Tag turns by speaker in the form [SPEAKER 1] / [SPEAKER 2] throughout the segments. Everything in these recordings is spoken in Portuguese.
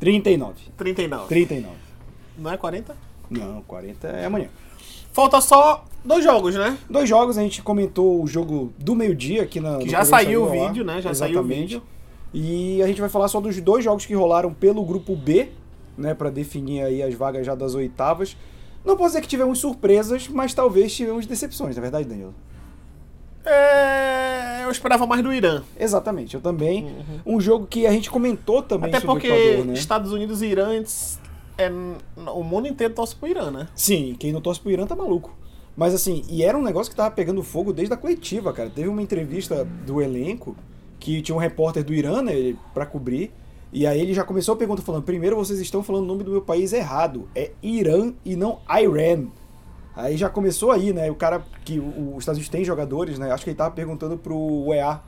[SPEAKER 1] 39.
[SPEAKER 2] 39.
[SPEAKER 1] 39.
[SPEAKER 2] Não é 40?
[SPEAKER 1] Não, 40 é amanhã.
[SPEAKER 2] Falta só dois jogos, né?
[SPEAKER 1] Dois jogos, a gente comentou o jogo do meio-dia aqui na.
[SPEAKER 2] Que
[SPEAKER 1] no
[SPEAKER 2] já
[SPEAKER 1] Correio
[SPEAKER 2] saiu o
[SPEAKER 1] Sabiá lá.
[SPEAKER 2] vídeo, né? Já
[SPEAKER 1] Exatamente.
[SPEAKER 2] saiu o vídeo.
[SPEAKER 1] E a gente vai falar só dos dois jogos que rolaram pelo grupo B, né? Pra definir aí as vagas já das oitavas. Não posso dizer que tivemos surpresas, mas talvez tivemos decepções, na verdade, Danilo.
[SPEAKER 2] É, eu esperava mais do Irã.
[SPEAKER 1] Exatamente, eu também. Um jogo que a gente comentou também
[SPEAKER 2] Uhum. Até
[SPEAKER 1] sobre
[SPEAKER 2] porque
[SPEAKER 1] o Equador, né?
[SPEAKER 2] Estados Unidos e Irã antes. É, n- o mundo inteiro torce pro Irã, né?
[SPEAKER 1] Sim, quem não torce pro Irã tá maluco. Mas assim, e era um negócio que tava pegando fogo desde a coletiva, cara. Teve uma entrevista do elenco que tinha um repórter do Irã, né, ele- pra cobrir. E aí ele já começou a pergunta falando: primeiro vocês estão falando o nome do meu país errado. É Irã e não Iran. Aí já começou aí, né? O cara que o- os Estados Unidos tem jogadores, né? Acho que ele tava perguntando pro UEA.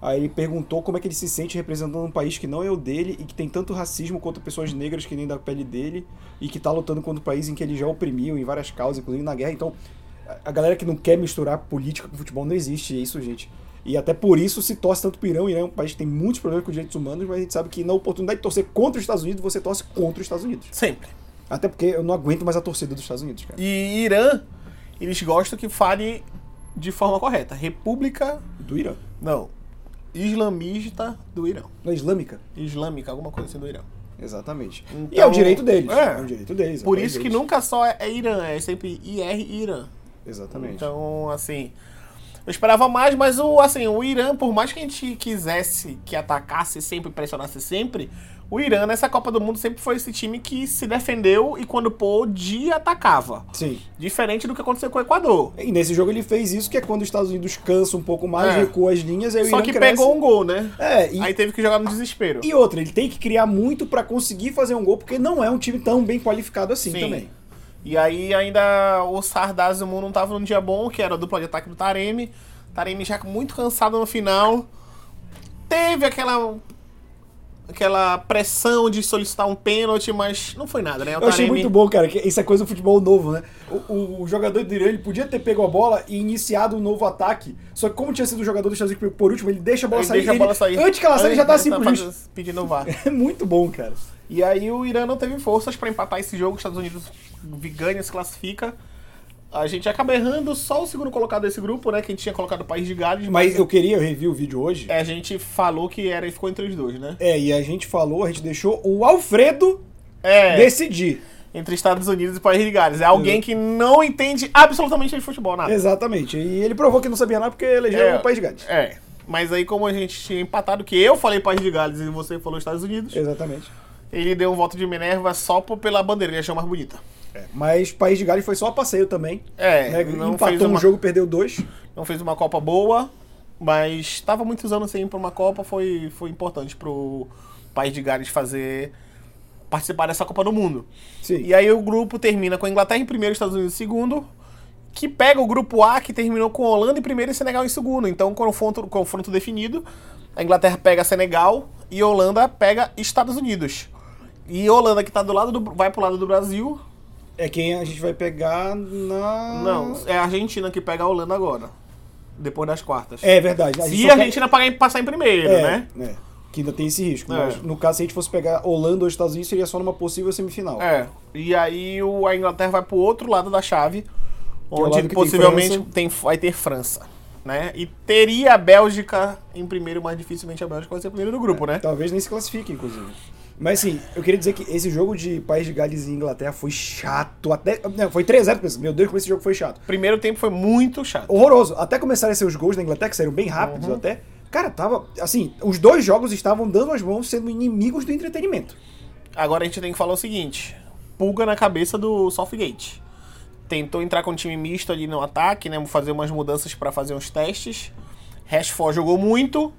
[SPEAKER 1] Aí ele perguntou como é que ele se sente representando um país que não é o dele e que tem tanto racismo contra pessoas negras que nem da pele dele e que tá lutando contra um país em que ele já oprimiu em várias causas, inclusive na guerra. Então, a- a galera que não quer misturar política com futebol não existe, é isso, gente. E até por isso se torce tanto pro Irã. O Irã é um país que tem muitos problemas com os direitos humanos, mas a gente sabe que na oportunidade de torcer contra os Estados Unidos, você torce contra os Estados Unidos.
[SPEAKER 2] Sempre.
[SPEAKER 1] Até porque eu não aguento mais a torcida dos Estados Unidos, cara.
[SPEAKER 2] E Irã, eles gostam que fale de forma correta. República.
[SPEAKER 1] Do Irã.
[SPEAKER 2] Não. Islamista do Irã.
[SPEAKER 1] Na islâmica.
[SPEAKER 2] Islâmica, alguma coisa assim do Irã.
[SPEAKER 1] Exatamente. e
[SPEAKER 2] Então-
[SPEAKER 1] é o direito deles.
[SPEAKER 2] É.
[SPEAKER 1] É, o direito deles. é
[SPEAKER 2] Por
[SPEAKER 1] o
[SPEAKER 2] isso que
[SPEAKER 1] deles.
[SPEAKER 2] nunca só é, é Irã, é sempre IR e Irã.
[SPEAKER 1] Exatamente.
[SPEAKER 2] Então, assim. Eu esperava mais, mas o, assim, o Irã, por mais que a gente quisesse que atacasse sempre, pressionasse sempre, o Irã nessa Copa do Mundo sempre foi esse time que se defendeu e quando pôde atacava.
[SPEAKER 1] Sim.
[SPEAKER 2] Diferente do que aconteceu com o Equador.
[SPEAKER 1] E nesse jogo ele fez isso, que é quando os Estados Unidos cansa um pouco mais,
[SPEAKER 2] É.
[SPEAKER 1] recua as linhas, aí o
[SPEAKER 2] Só
[SPEAKER 1] Irã
[SPEAKER 2] que
[SPEAKER 1] cresce.
[SPEAKER 2] pegou um gol, né?
[SPEAKER 1] É, e,
[SPEAKER 2] Aí teve que jogar no desespero.
[SPEAKER 1] e outra, ele tem que criar muito pra conseguir fazer um gol, porque não é um time tão bem qualificado assim
[SPEAKER 2] Sim.
[SPEAKER 1] também.
[SPEAKER 2] E aí ainda o Sardázio não tava num dia bom, que era a dupla de ataque do Taremi. Taremi já muito cansado no final. Teve aquela aquela pressão de solicitar um pênalti, mas não foi nada, né? O
[SPEAKER 1] Eu achei
[SPEAKER 2] Taremi-
[SPEAKER 1] muito bom, cara, que isso é coisa do futebol novo, né? O, o- o jogador do Irã, ele podia ter pego a bola e iniciado um novo ataque, só que como tinha sido o jogador dos Estados Unidos que pegou por último, ele deixa a bola
[SPEAKER 2] Ele
[SPEAKER 1] sair.
[SPEAKER 2] deixa a
[SPEAKER 1] ele-
[SPEAKER 2] bola sair.
[SPEAKER 1] Antes que ela saia, ele já tá assim pro
[SPEAKER 2] faz-
[SPEAKER 1] juiz.
[SPEAKER 2] pedindo VAR.
[SPEAKER 1] É muito bom, cara.
[SPEAKER 2] E aí o Irã não teve forças pra empatar esse jogo, os Estados Unidos ganha, se classifica. A gente acaba errando só o segundo colocado desse grupo, né? Quem tinha colocado o País de Gales,
[SPEAKER 1] Mas eu queria, eu revi o vídeo hoje.
[SPEAKER 2] a gente falou que era e ficou entre os dois, né?
[SPEAKER 1] É, e a gente falou, a gente deixou o Alfredo
[SPEAKER 2] É.
[SPEAKER 1] decidir.
[SPEAKER 2] entre Estados Unidos e País de Gales. É alguém que não entende absolutamente de futebol,
[SPEAKER 1] É.
[SPEAKER 2] nada.
[SPEAKER 1] Exatamente. E ele provou que não sabia nada porque elegeu
[SPEAKER 2] É.
[SPEAKER 1] o um País de Gales.
[SPEAKER 2] É. Mas aí, como a gente tinha empatado, que eu falei País de Gales e você falou Estados Unidos,
[SPEAKER 1] Exatamente.
[SPEAKER 2] ele deu um voto de Minerva só por- pela bandeira, ele achou mais bonita.
[SPEAKER 1] Mas País de Gales foi só a passeio também.
[SPEAKER 2] É,
[SPEAKER 1] né?
[SPEAKER 2] não fez
[SPEAKER 1] Empatou um
[SPEAKER 2] uma-
[SPEAKER 1] jogo, perdeu dois.
[SPEAKER 2] Não fez uma Copa boa, mas estava muitos anos sem ir para uma Copa, foi, foi importante pro País de Gales fazer participar dessa Copa do Mundo.
[SPEAKER 1] Sim.
[SPEAKER 2] E aí o grupo termina com a Inglaterra em primeiro, Estados Unidos em segundo, que pega o grupo A, que terminou com a Holanda em primeiro e Senegal em segundo. Então, confronto, confronto definido, a Inglaterra pega Senegal e a Holanda pega Estados Unidos. E a Holanda, que tá do lado do, vai pro lado do Brasil.
[SPEAKER 1] É quem a gente vai pegar na.
[SPEAKER 2] Não, é a Argentina que pega a Holanda agora. Depois das quartas.
[SPEAKER 1] É verdade. A gente
[SPEAKER 2] Se
[SPEAKER 1] só
[SPEAKER 2] a
[SPEAKER 1] quer-
[SPEAKER 2] Argentina pagar, passar em primeiro,
[SPEAKER 1] é,
[SPEAKER 2] né?
[SPEAKER 1] é, que ainda tem esse risco.
[SPEAKER 2] É.
[SPEAKER 1] Mas no caso, se a gente fosse pegar Holanda ou Estados Unidos, seria só numa possível semifinal.
[SPEAKER 2] É. E aí o, a Inglaterra vai pro outro lado da chave,
[SPEAKER 1] o
[SPEAKER 2] onde
[SPEAKER 1] lado que tem
[SPEAKER 2] possivelmente
[SPEAKER 1] França.
[SPEAKER 2] tem vai ter França. Né? E teria a Bélgica em primeiro, mas dificilmente a Bélgica vai ser primeiro do grupo, né?
[SPEAKER 1] Talvez nem se classifique, inclusive. Mas assim, eu queria dizer que esse jogo de País de Gales e Inglaterra foi chato. Até, não, foi 3x0, pra esse- meu Deus, como esse jogo foi chato.
[SPEAKER 2] Primeiro tempo foi muito chato.
[SPEAKER 1] horroroso. Até começarem a ser os gols da Inglaterra, que saíram bem rápidos até. Cara, tava. Assim, os dois jogos estavam dando as mãos, sendo inimigos do entretenimento.
[SPEAKER 2] Agora a gente tem que falar o seguinte: pulga na cabeça do Southgate. Tentou entrar com um time misto ali no ataque, né? Fazer umas mudanças pra fazer uns testes. Rashford jogou muito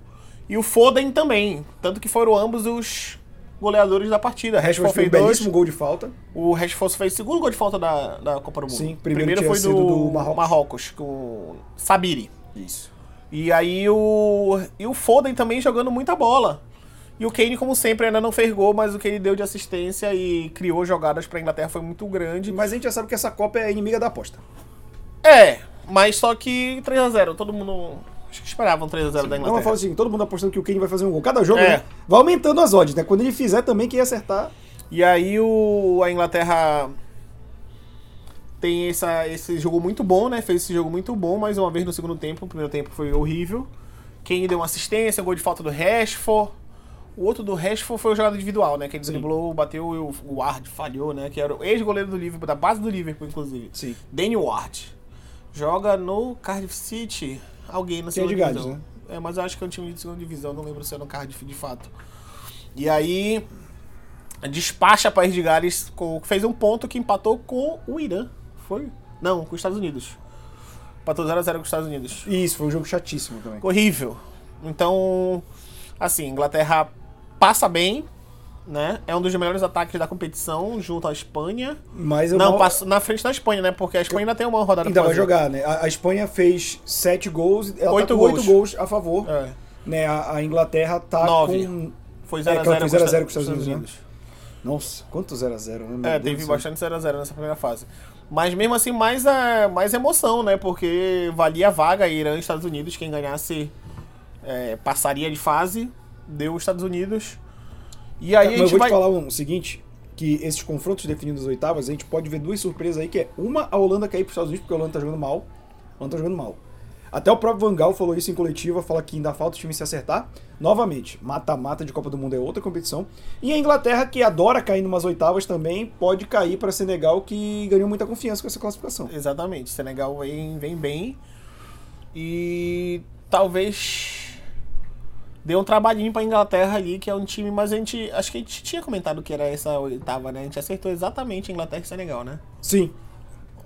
[SPEAKER 2] e o Foden também. Tanto que foram ambos os goleadores da partida.
[SPEAKER 1] A Rashford fez um
[SPEAKER 2] dois,
[SPEAKER 1] belíssimo gol de falta.
[SPEAKER 2] O Rashford fez o segundo gol de falta da, da Copa do Mundo.
[SPEAKER 1] Sim, primeiro tinha sido do Marrocos.
[SPEAKER 2] com Sabiri.
[SPEAKER 1] Isso.
[SPEAKER 2] E aí o e o Foden também jogando muita bola. E o Kane, como sempre, ainda não fez gol, mas o que ele deu de assistência e criou jogadas para Inglaterra foi muito grande.
[SPEAKER 1] Mas a gente já sabe que É Então, essa Copa é inimiga da aposta.
[SPEAKER 2] É, mas só que 3 a 0 todo mundo Acho que esperavam 3x0
[SPEAKER 1] Não,
[SPEAKER 2] da
[SPEAKER 1] eu
[SPEAKER 2] Inglaterra.
[SPEAKER 1] falo assim, todo mundo apostando que o Kane vai fazer um gol. Cada jogo,
[SPEAKER 2] É.
[SPEAKER 1] né? Vai aumentando as odds, né? Quando ele fizer também, quem acertar.
[SPEAKER 2] E aí o, a Inglaterra tem essa, esse jogo muito bom, né? Fez esse jogo muito bom, mais uma vez no segundo tempo. O primeiro tempo foi horrível. Kane deu uma assistência, um gol de falta do Rashford. O outro do Rashford foi o jogada individual, né? Que ele driblou, bateu e o o Ward falhou, né? Que era o ex-goleiro do Liverpool, da base do Liverpool, inclusive.
[SPEAKER 1] Sim.
[SPEAKER 2] Danny Ward. Joga no Cardiff City. Alguém na
[SPEAKER 1] Que é
[SPEAKER 2] segunda
[SPEAKER 1] de
[SPEAKER 2] divisão.
[SPEAKER 1] Gales, né?
[SPEAKER 2] É, mas eu acho que é um time de segunda divisão, não lembro se era no Cardiff de fato. E aí despacha País de Gales, com- fez um ponto que empatou com o Irã. Foi? Não, com os Estados Unidos. Empatou 0x0 com os Estados Unidos.
[SPEAKER 1] E Isso, foi um jogo chatíssimo também.
[SPEAKER 2] Horrível. Então, assim, Inglaterra passa bem, né? É um dos melhores ataques da competição, junto à Espanha.
[SPEAKER 1] Mas eu
[SPEAKER 2] Não,
[SPEAKER 1] mal-
[SPEAKER 2] passa na frente da Espanha, né? Porque a Espanha ainda tem uma rodada pra
[SPEAKER 1] Ainda vai
[SPEAKER 2] fazer.
[SPEAKER 1] jogar, né? A, a Espanha fez sete gols, ela
[SPEAKER 2] Oito
[SPEAKER 1] tá com
[SPEAKER 2] gols.
[SPEAKER 1] oito gols a favor.
[SPEAKER 2] É.
[SPEAKER 1] Né? A, a Inglaterra tá
[SPEAKER 2] Nove.
[SPEAKER 1] com.
[SPEAKER 2] Foi
[SPEAKER 1] É, que
[SPEAKER 2] 0x0
[SPEAKER 1] ela
[SPEAKER 2] com,
[SPEAKER 1] fez
[SPEAKER 2] os
[SPEAKER 1] 0
[SPEAKER 2] Estados
[SPEAKER 1] com os Estados
[SPEAKER 2] Unidos.
[SPEAKER 1] Nossa, quanto 0x0, né? Meu
[SPEAKER 2] É,
[SPEAKER 1] Deus
[SPEAKER 2] teve
[SPEAKER 1] do céu.
[SPEAKER 2] bastante 0x0 nessa primeira fase. Mas mesmo assim, mais, é, mais emoção, né? Porque valia a vaga Irã e Estados Unidos. Quem ganhasse é, passaria de fase. Deu os Estados Unidos. E aí
[SPEAKER 1] Mas
[SPEAKER 2] a
[SPEAKER 1] eu
[SPEAKER 2] gente
[SPEAKER 1] vou
[SPEAKER 2] vai.
[SPEAKER 1] te falar um seguinte, que esses confrontos definidos nas oitavas, a gente pode ver duas surpresas aí, que é uma a Holanda cair para os Estados Unidos, porque a Holanda tá jogando mal. A Holanda tá jogando mal. Até o próprio Van Gaal falou isso em coletiva, fala que ainda falta o time se acertar. Novamente, mata-mata de Copa do Mundo é outra competição. E a Inglaterra, que adora cair em umas oitavas também, pode cair para Senegal, que ganhou muita confiança com essa classificação.
[SPEAKER 2] Exatamente. Senegal vem, vem bem. E talvez deu um trabalhinho pra Inglaterra ali, que é um time, mas a gente. Acho que a gente tinha comentado que era essa oitava, né? A gente acertou exatamente Inglaterra e Senegal, né?
[SPEAKER 1] Sim.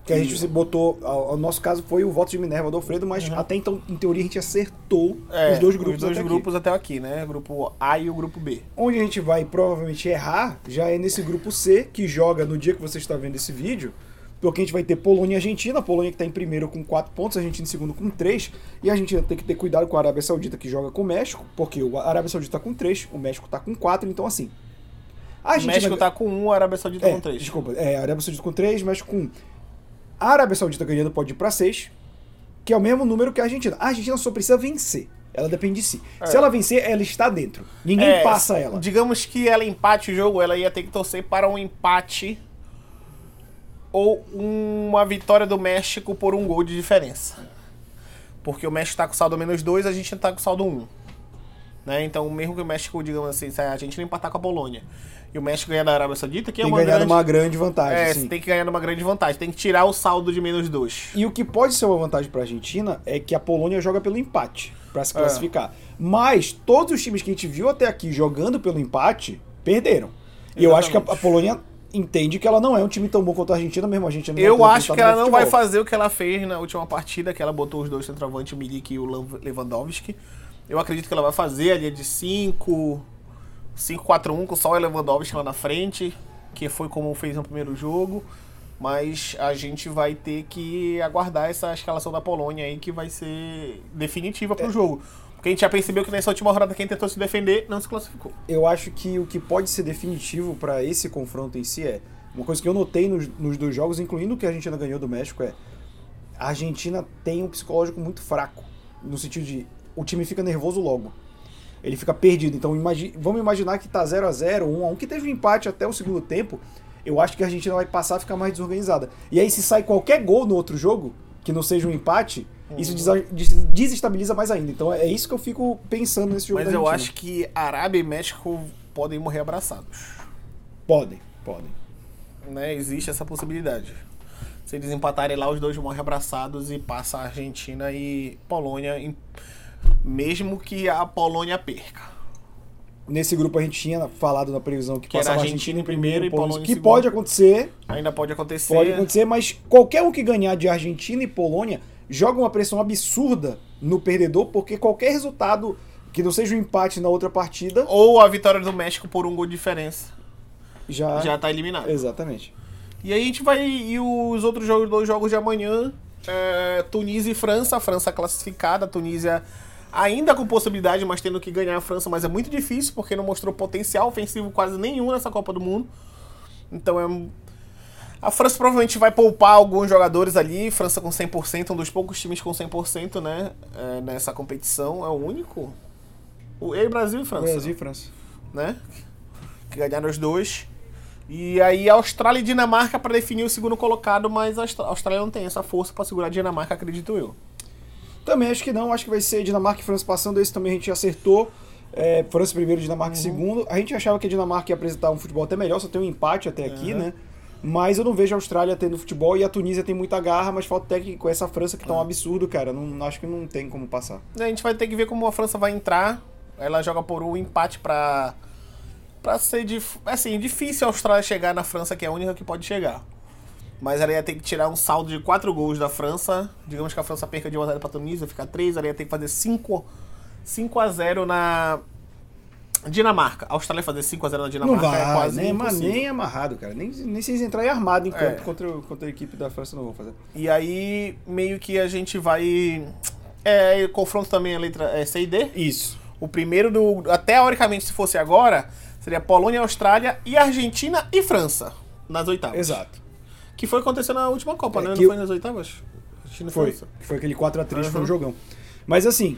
[SPEAKER 1] Que a gente botou, ao, ao nosso caso foi o voto de Minerva do Alfredo, mas até então, em teoria, a gente acertou
[SPEAKER 2] É,
[SPEAKER 1] os dois grupos
[SPEAKER 2] os dois
[SPEAKER 1] até aqui.
[SPEAKER 2] grupos até aqui, né? Grupo A e o grupo B.
[SPEAKER 1] Onde a gente vai provavelmente errar já é nesse grupo C, que joga no dia que você está vendo esse vídeo, porque a gente vai ter Polônia e Argentina, a Polônia que está em primeiro com 4 pontos, a Argentina em segundo com 3, e a Argentina tem que ter cuidado com a Arábia Saudita que joga com o México, porque o Arábia Saudita está com 3, o México está com 4, então assim. A
[SPEAKER 2] o México tá com 1, um, a Arábia Saudita
[SPEAKER 1] é,
[SPEAKER 2] com 3.
[SPEAKER 1] Desculpa, é, a Arábia Saudita com 3, México com 1. A Arábia Saudita ganhando pode ir para 6, que é o mesmo número que a Argentina. A Argentina só precisa vencer. Ela depende de si.
[SPEAKER 2] É.
[SPEAKER 1] Se ela vencer, ela está dentro. Ninguém passa ela.
[SPEAKER 2] Digamos que ela empate o jogo, ela ia ter que torcer para um empate ou uma vitória do México por um gol de diferença. Porque o México tá com saldo menos 2, a gente tá com saldo 1. Um. Né? Então, mesmo que o México, digamos assim, se a Argentina empatar com a Polônia e o México ganhar da Arábia Saudita, que é
[SPEAKER 1] tem
[SPEAKER 2] uma
[SPEAKER 1] ganhado
[SPEAKER 2] grande...
[SPEAKER 1] uma grande vantagem.
[SPEAKER 2] É,
[SPEAKER 1] sim.
[SPEAKER 2] tem que ganhar numa grande vantagem. Tem que tirar o saldo de menos 2.
[SPEAKER 1] E o que pode ser uma vantagem para a Argentina é que a Polônia joga pelo empate para
[SPEAKER 2] É.
[SPEAKER 1] se classificar. Mas todos os times que a gente viu até aqui jogando pelo empate perderam. E eu acho que a, a
[SPEAKER 2] Exatamente.
[SPEAKER 1] Polônia entende que ela não é um time tão bom quanto a Argentina, mesmo a Argentina não é
[SPEAKER 2] Eu
[SPEAKER 1] tem
[SPEAKER 2] acho
[SPEAKER 1] resultado
[SPEAKER 2] que ela
[SPEAKER 1] no
[SPEAKER 2] não vai
[SPEAKER 1] futebol.
[SPEAKER 2] fazer o que ela fez na última partida, que ela botou os dois centroavantes, o Milik e o Lan- Lewandowski. Eu acredito que ela vai fazer a linha de 5, 5-4-1, com só o Lewandowski lá na frente, que foi como fez no primeiro jogo. Mas a gente vai ter que aguardar essa escalação da Polônia aí, que vai ser definitiva pro jogo. Porque a gente já percebeu que nessa última rodada quem tentou se defender não se classificou.
[SPEAKER 1] Eu acho que o que pode ser definitivo para esse confronto em si é. Uma coisa que eu notei nos, nos dois jogos, incluindo o que a Argentina ganhou do México, é. A Argentina tem um psicológico muito fraco. No sentido de. O time fica nervoso logo. Ele fica perdido. Então imagi- vamos imaginar que tá 0 a 0 1 a 1 que teve um empate até o segundo tempo. Eu acho que a Argentina vai passar a ficar mais desorganizada. E aí, se sai qualquer gol no outro jogo, que não seja um empate,
[SPEAKER 2] Hum.
[SPEAKER 1] isso desa- des- desestabiliza mais ainda. Então é isso que eu fico pensando nesse jogo
[SPEAKER 2] Mas
[SPEAKER 1] da
[SPEAKER 2] eu
[SPEAKER 1] Argentina.
[SPEAKER 2] acho que Arábia e México podem morrer abraçados.
[SPEAKER 1] Podem, podem.
[SPEAKER 2] né, existe essa possibilidade. Se eles empatarem lá, os dois morrem abraçados e passa a Argentina e Polônia, em- mesmo que a Polônia perca.
[SPEAKER 1] Nesse grupo a gente tinha falado na previsão que,
[SPEAKER 2] Que era
[SPEAKER 1] passava a
[SPEAKER 2] Argentina
[SPEAKER 1] Argentina
[SPEAKER 2] em
[SPEAKER 1] em primeiro,
[SPEAKER 2] primeiro e
[SPEAKER 1] Polônia,
[SPEAKER 2] Polônia em
[SPEAKER 1] que
[SPEAKER 2] segundo.
[SPEAKER 1] pode acontecer,
[SPEAKER 2] Ainda pode acontecer.
[SPEAKER 1] pode acontecer, mas qualquer um que ganhar de Argentina e Polônia joga uma pressão absurda no perdedor, porque qualquer resultado que não seja um empate na outra partida
[SPEAKER 2] Ou a vitória do México por um gol de diferença.
[SPEAKER 1] já,
[SPEAKER 2] Já tá eliminado.
[SPEAKER 1] exatamente.
[SPEAKER 2] E aí a gente vai. E os outros jogos, dois jogos de amanhã. é, Tunísia e França. A França classificada. A Tunísia ainda com possibilidade, mas tendo que ganhar a França. Mas é muito difícil, porque não mostrou potencial ofensivo quase nenhum nessa Copa do Mundo. Então é. um- A França provavelmente vai poupar alguns jogadores ali. França com 100%, um dos poucos times com 100%, né? é, nessa competição. É o único. O e Brasil e França.
[SPEAKER 1] Brasil e França.
[SPEAKER 2] Né? Que ganharam os dois. E aí Austrália e Dinamarca para definir o segundo colocado, mas a Austra- a Austrália não tem essa força para segurar a Dinamarca, acredito eu.
[SPEAKER 1] Também acho que não, acho que vai ser Dinamarca e França passando. Esse também a gente acertou. É, França primeiro, Dinamarca
[SPEAKER 2] Uhum.
[SPEAKER 1] em segundo. A gente achava que a Dinamarca ia apresentar um futebol até melhor, só tem um empate até aqui, né? Mas eu não vejo a Austrália tendo futebol e a Tunísia tem muita garra, mas falta técnico com essa França que
[SPEAKER 2] Ah.
[SPEAKER 1] tá um absurdo, cara. Não, acho que não tem como passar.
[SPEAKER 2] A gente vai ter que ver como a França vai entrar. Ela joga por um empate para para ser dif... assim, difícil a Austrália chegar na França, que é a única que pode chegar. Mas ela ia ter que tirar um saldo de 4 gols da França. Digamos que a França perca de 1 a 0 para Tunísia, fica 3, ela ia ter que fazer 5 5 a 0 na Dinamarca. A Austrália fazer 5 a 0 na
[SPEAKER 1] Não
[SPEAKER 2] Dinamarca
[SPEAKER 1] vai,
[SPEAKER 2] é quase
[SPEAKER 1] nem, mas
[SPEAKER 2] impossível.
[SPEAKER 1] nem amarrado, cara. Nem, nem se eles entrarem armado em
[SPEAKER 2] É.
[SPEAKER 1] campo contra, o- contra a equipe da França, não vão fazer.
[SPEAKER 2] E aí meio que a gente vai é, e confronto também a letra é, C e D.
[SPEAKER 1] Isso.
[SPEAKER 2] O primeiro do. Até teoricamente, se fosse agora, seria Polônia, Austrália e Argentina e França. Nas oitavas.
[SPEAKER 1] Exato.
[SPEAKER 2] Que foi acontecendo na última Copa,
[SPEAKER 1] É
[SPEAKER 2] né?
[SPEAKER 1] que
[SPEAKER 2] Não
[SPEAKER 1] eu-
[SPEAKER 2] foi nas oitavas? Argentina e
[SPEAKER 1] Foi.
[SPEAKER 2] França.
[SPEAKER 1] Que foi aquele 4x3, foi um
[SPEAKER 2] Aham.
[SPEAKER 1] jogão. Mas assim,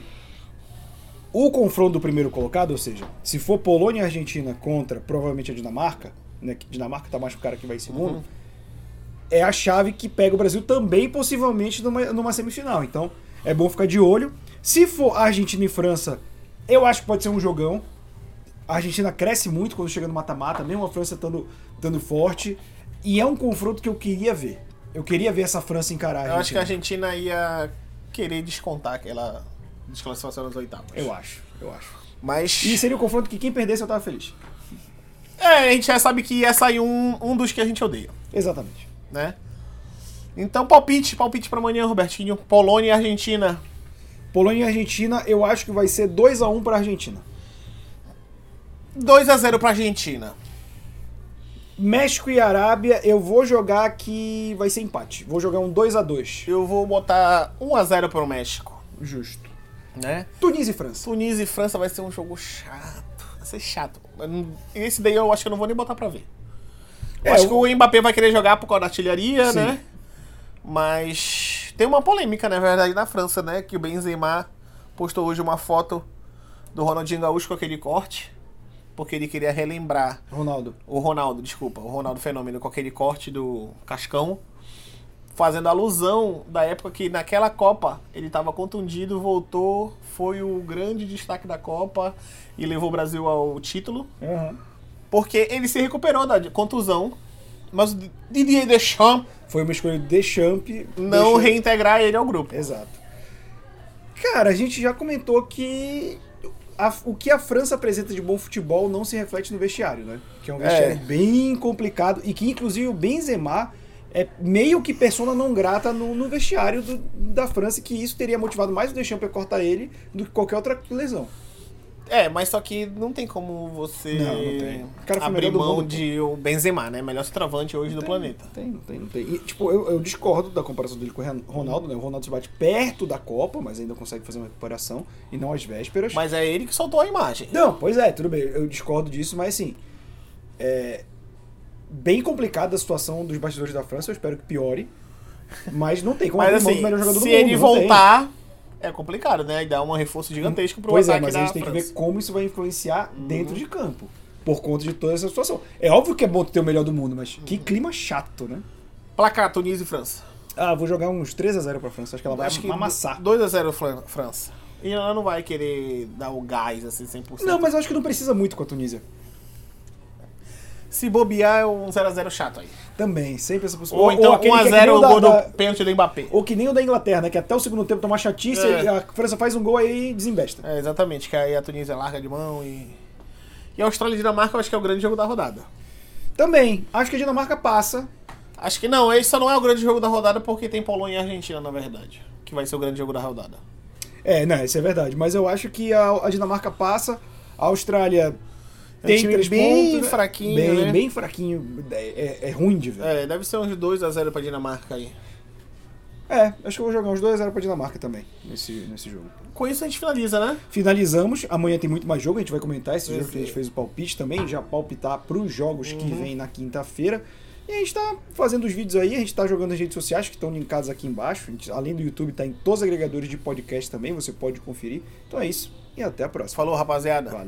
[SPEAKER 1] o confronto do primeiro colocado, ou seja, se for Polônia e Argentina contra provavelmente a Dinamarca, né? Que Dinamarca tá mais pro cara que vai em segundo.
[SPEAKER 2] Uhum.
[SPEAKER 1] É a chave que pega o Brasil também, possivelmente, numa, numa semifinal. Então, é bom ficar de olho. Se for Argentina e França, eu acho que pode ser um jogão. A Argentina cresce muito quando chega no mata-mata, mesmo a França estando, estando forte. E é um confronto que eu queria ver. Eu queria ver essa França encarar a
[SPEAKER 2] Eu
[SPEAKER 1] Argentina.
[SPEAKER 2] acho que a Argentina ia querer descontar aquela desclassificação nas oitavas.
[SPEAKER 1] Eu acho, eu acho.
[SPEAKER 2] Mas.
[SPEAKER 1] E seria o confronto que quem perdesse eu tava feliz.
[SPEAKER 2] É, a gente já sabe que ia sair um, um dos que a gente odeia,
[SPEAKER 1] Exatamente.
[SPEAKER 2] né? Então, palpite, palpite pra amanhã, Robertinho. Polônia e Argentina.
[SPEAKER 1] Polônia e Argentina, eu acho que vai ser 2 a 1 pra Argentina.
[SPEAKER 2] 2 a 0 pra Argentina.
[SPEAKER 1] México e Arábia, eu vou jogar que vai ser empate. Vou jogar um 2 a 2
[SPEAKER 2] Eu vou botar 1 a 0 pro México,
[SPEAKER 1] Justo.
[SPEAKER 2] né?
[SPEAKER 1] Tunísia e França.
[SPEAKER 2] Tunísia e França vai ser um jogo chato. Vai ser chato. Eu não- Esse daí eu acho que eu não vou nem botar pra ver. Eu
[SPEAKER 1] É,
[SPEAKER 2] acho
[SPEAKER 1] o-
[SPEAKER 2] que o Mbappé vai querer jogar por causa da artilharia,
[SPEAKER 1] Sim.
[SPEAKER 2] né? Mas tem uma polêmica, na verdade, na França, né? Que o Benzema postou hoje uma foto do Ronaldinho Gaúcho com aquele corte. Porque ele queria relembrar
[SPEAKER 1] Ronaldo.
[SPEAKER 2] o Ronaldo, desculpa, o Ronaldo Fenômeno, com aquele corte do Cascão, fazendo alusão da época que naquela Copa ele estava contundido, voltou, foi o grande destaque da Copa e levou o Brasil ao título, porque ele se recuperou da contusão, mas o Didier Deschamps
[SPEAKER 1] Foi uma escolha de Deschamps.
[SPEAKER 2] não
[SPEAKER 1] Deschamps-
[SPEAKER 2] reintegrar ele ao grupo.
[SPEAKER 1] Exato. Cara, a gente já comentou que a- o que a França apresenta de bom futebol não se reflete no vestiário, né? Que é um vestiário
[SPEAKER 2] É.
[SPEAKER 1] bem complicado e que, inclusive, o Benzema é meio que persona não grata no, no vestiário do- da França, que isso teria motivado mais o Deschamps a cortar ele do que qualquer outra lesão.
[SPEAKER 2] É, mas só que não tem como você
[SPEAKER 1] Não, não tem. O cara foi
[SPEAKER 2] abrir
[SPEAKER 1] melhor do
[SPEAKER 2] mão
[SPEAKER 1] mundo,
[SPEAKER 2] de o Benzema, né? Melhor centroavante hoje do planeta.
[SPEAKER 1] Não tem, não tem, não tem. E, tipo, eu, eu discordo da comparação dele com o Ren- Ronaldo, né? O Ronaldo se bate perto da Copa, mas ainda consegue fazer uma recuperação e não às vésperas.
[SPEAKER 2] Mas é ele que soltou a imagem.
[SPEAKER 1] Não, pois é, tudo bem, eu discordo disso, mas assim. é bem complicada a situação dos bastidores da França, eu espero que piore. Mas não tem como
[SPEAKER 2] Mas
[SPEAKER 1] abrir mão
[SPEAKER 2] assim,
[SPEAKER 1] do melhor jogador do
[SPEAKER 2] se
[SPEAKER 1] mundo.
[SPEAKER 2] ele
[SPEAKER 1] não tem.
[SPEAKER 2] voltar, é complicado, né? E dá um reforço gigantesco pro
[SPEAKER 1] pois é,
[SPEAKER 2] ataque
[SPEAKER 1] mas
[SPEAKER 2] da
[SPEAKER 1] a gente tem que
[SPEAKER 2] França. Uhum.
[SPEAKER 1] ver como isso vai influenciar dentro de campo. Por conta de toda essa situação. É óbvio que é bom ter o melhor do mundo, mas que
[SPEAKER 2] Uhum.
[SPEAKER 1] clima chato, né?
[SPEAKER 2] Placar, Tunísia e França.
[SPEAKER 1] Ah, vou jogar uns 3x0 pra França, acho que ela vai amassar.
[SPEAKER 2] 2x0 Fran- França. E ela não vai querer dar o gás, assim, 100%.
[SPEAKER 1] Não, mas eu acho que não precisa muito com a Tunísia.
[SPEAKER 2] Se bobear, é um 0x0 chato aí.
[SPEAKER 1] Também, sempre essa possibilidade.
[SPEAKER 2] Ou, então
[SPEAKER 1] aquele que é que
[SPEAKER 2] 1x0
[SPEAKER 1] nem
[SPEAKER 2] o
[SPEAKER 1] da-
[SPEAKER 2] gol
[SPEAKER 1] da-
[SPEAKER 2] do pênalti do Mbappé.
[SPEAKER 1] Ou que nem o da Inglaterra, né? Que até o segundo tempo toma chatice,
[SPEAKER 2] É.
[SPEAKER 1] e a França faz um gol aí e desembesta.
[SPEAKER 2] É, exatamente, que aí a Tunísia larga de mão e... E a Austrália e Dinamarca eu acho que é o grande jogo da rodada.
[SPEAKER 1] Também, acho que a Dinamarca passa.
[SPEAKER 2] Acho que não, esse só não é o grande jogo da rodada porque tem Polônia e Argentina, na verdade. Que vai ser o grande jogo da rodada.
[SPEAKER 1] É, não, isso é verdade. Mas eu acho que a, a Dinamarca passa, a Austrália
[SPEAKER 2] É um
[SPEAKER 1] tem
[SPEAKER 2] time
[SPEAKER 1] três
[SPEAKER 2] bem
[SPEAKER 1] pontos. né?
[SPEAKER 2] fraquinho,
[SPEAKER 1] Bem,
[SPEAKER 2] né?
[SPEAKER 1] bem fraquinho. É, é- é ruim de ver.
[SPEAKER 2] É, deve ser uns 2x0 pra Dinamarca aí.
[SPEAKER 1] É. acho que eu vou jogar uns 2x0 pra Dinamarca também, nesse, nesse jogo.
[SPEAKER 2] Com isso a gente finaliza, né?
[SPEAKER 1] Finalizamos, amanhã tem muito mais jogo, a gente vai comentar esse jogo
[SPEAKER 2] Esse-
[SPEAKER 1] que a gente fez o palpite também, já palpitar pros jogos que vem na quinta-feira. E a gente tá fazendo os vídeos aí, a gente tá jogando nas redes sociais que estão linkadas aqui embaixo. A gente, além do YouTube, tá em todos os agregadores de podcast também, você pode conferir. Então é isso e até a próxima.
[SPEAKER 2] Falou, rapaziada.
[SPEAKER 1] Valeu.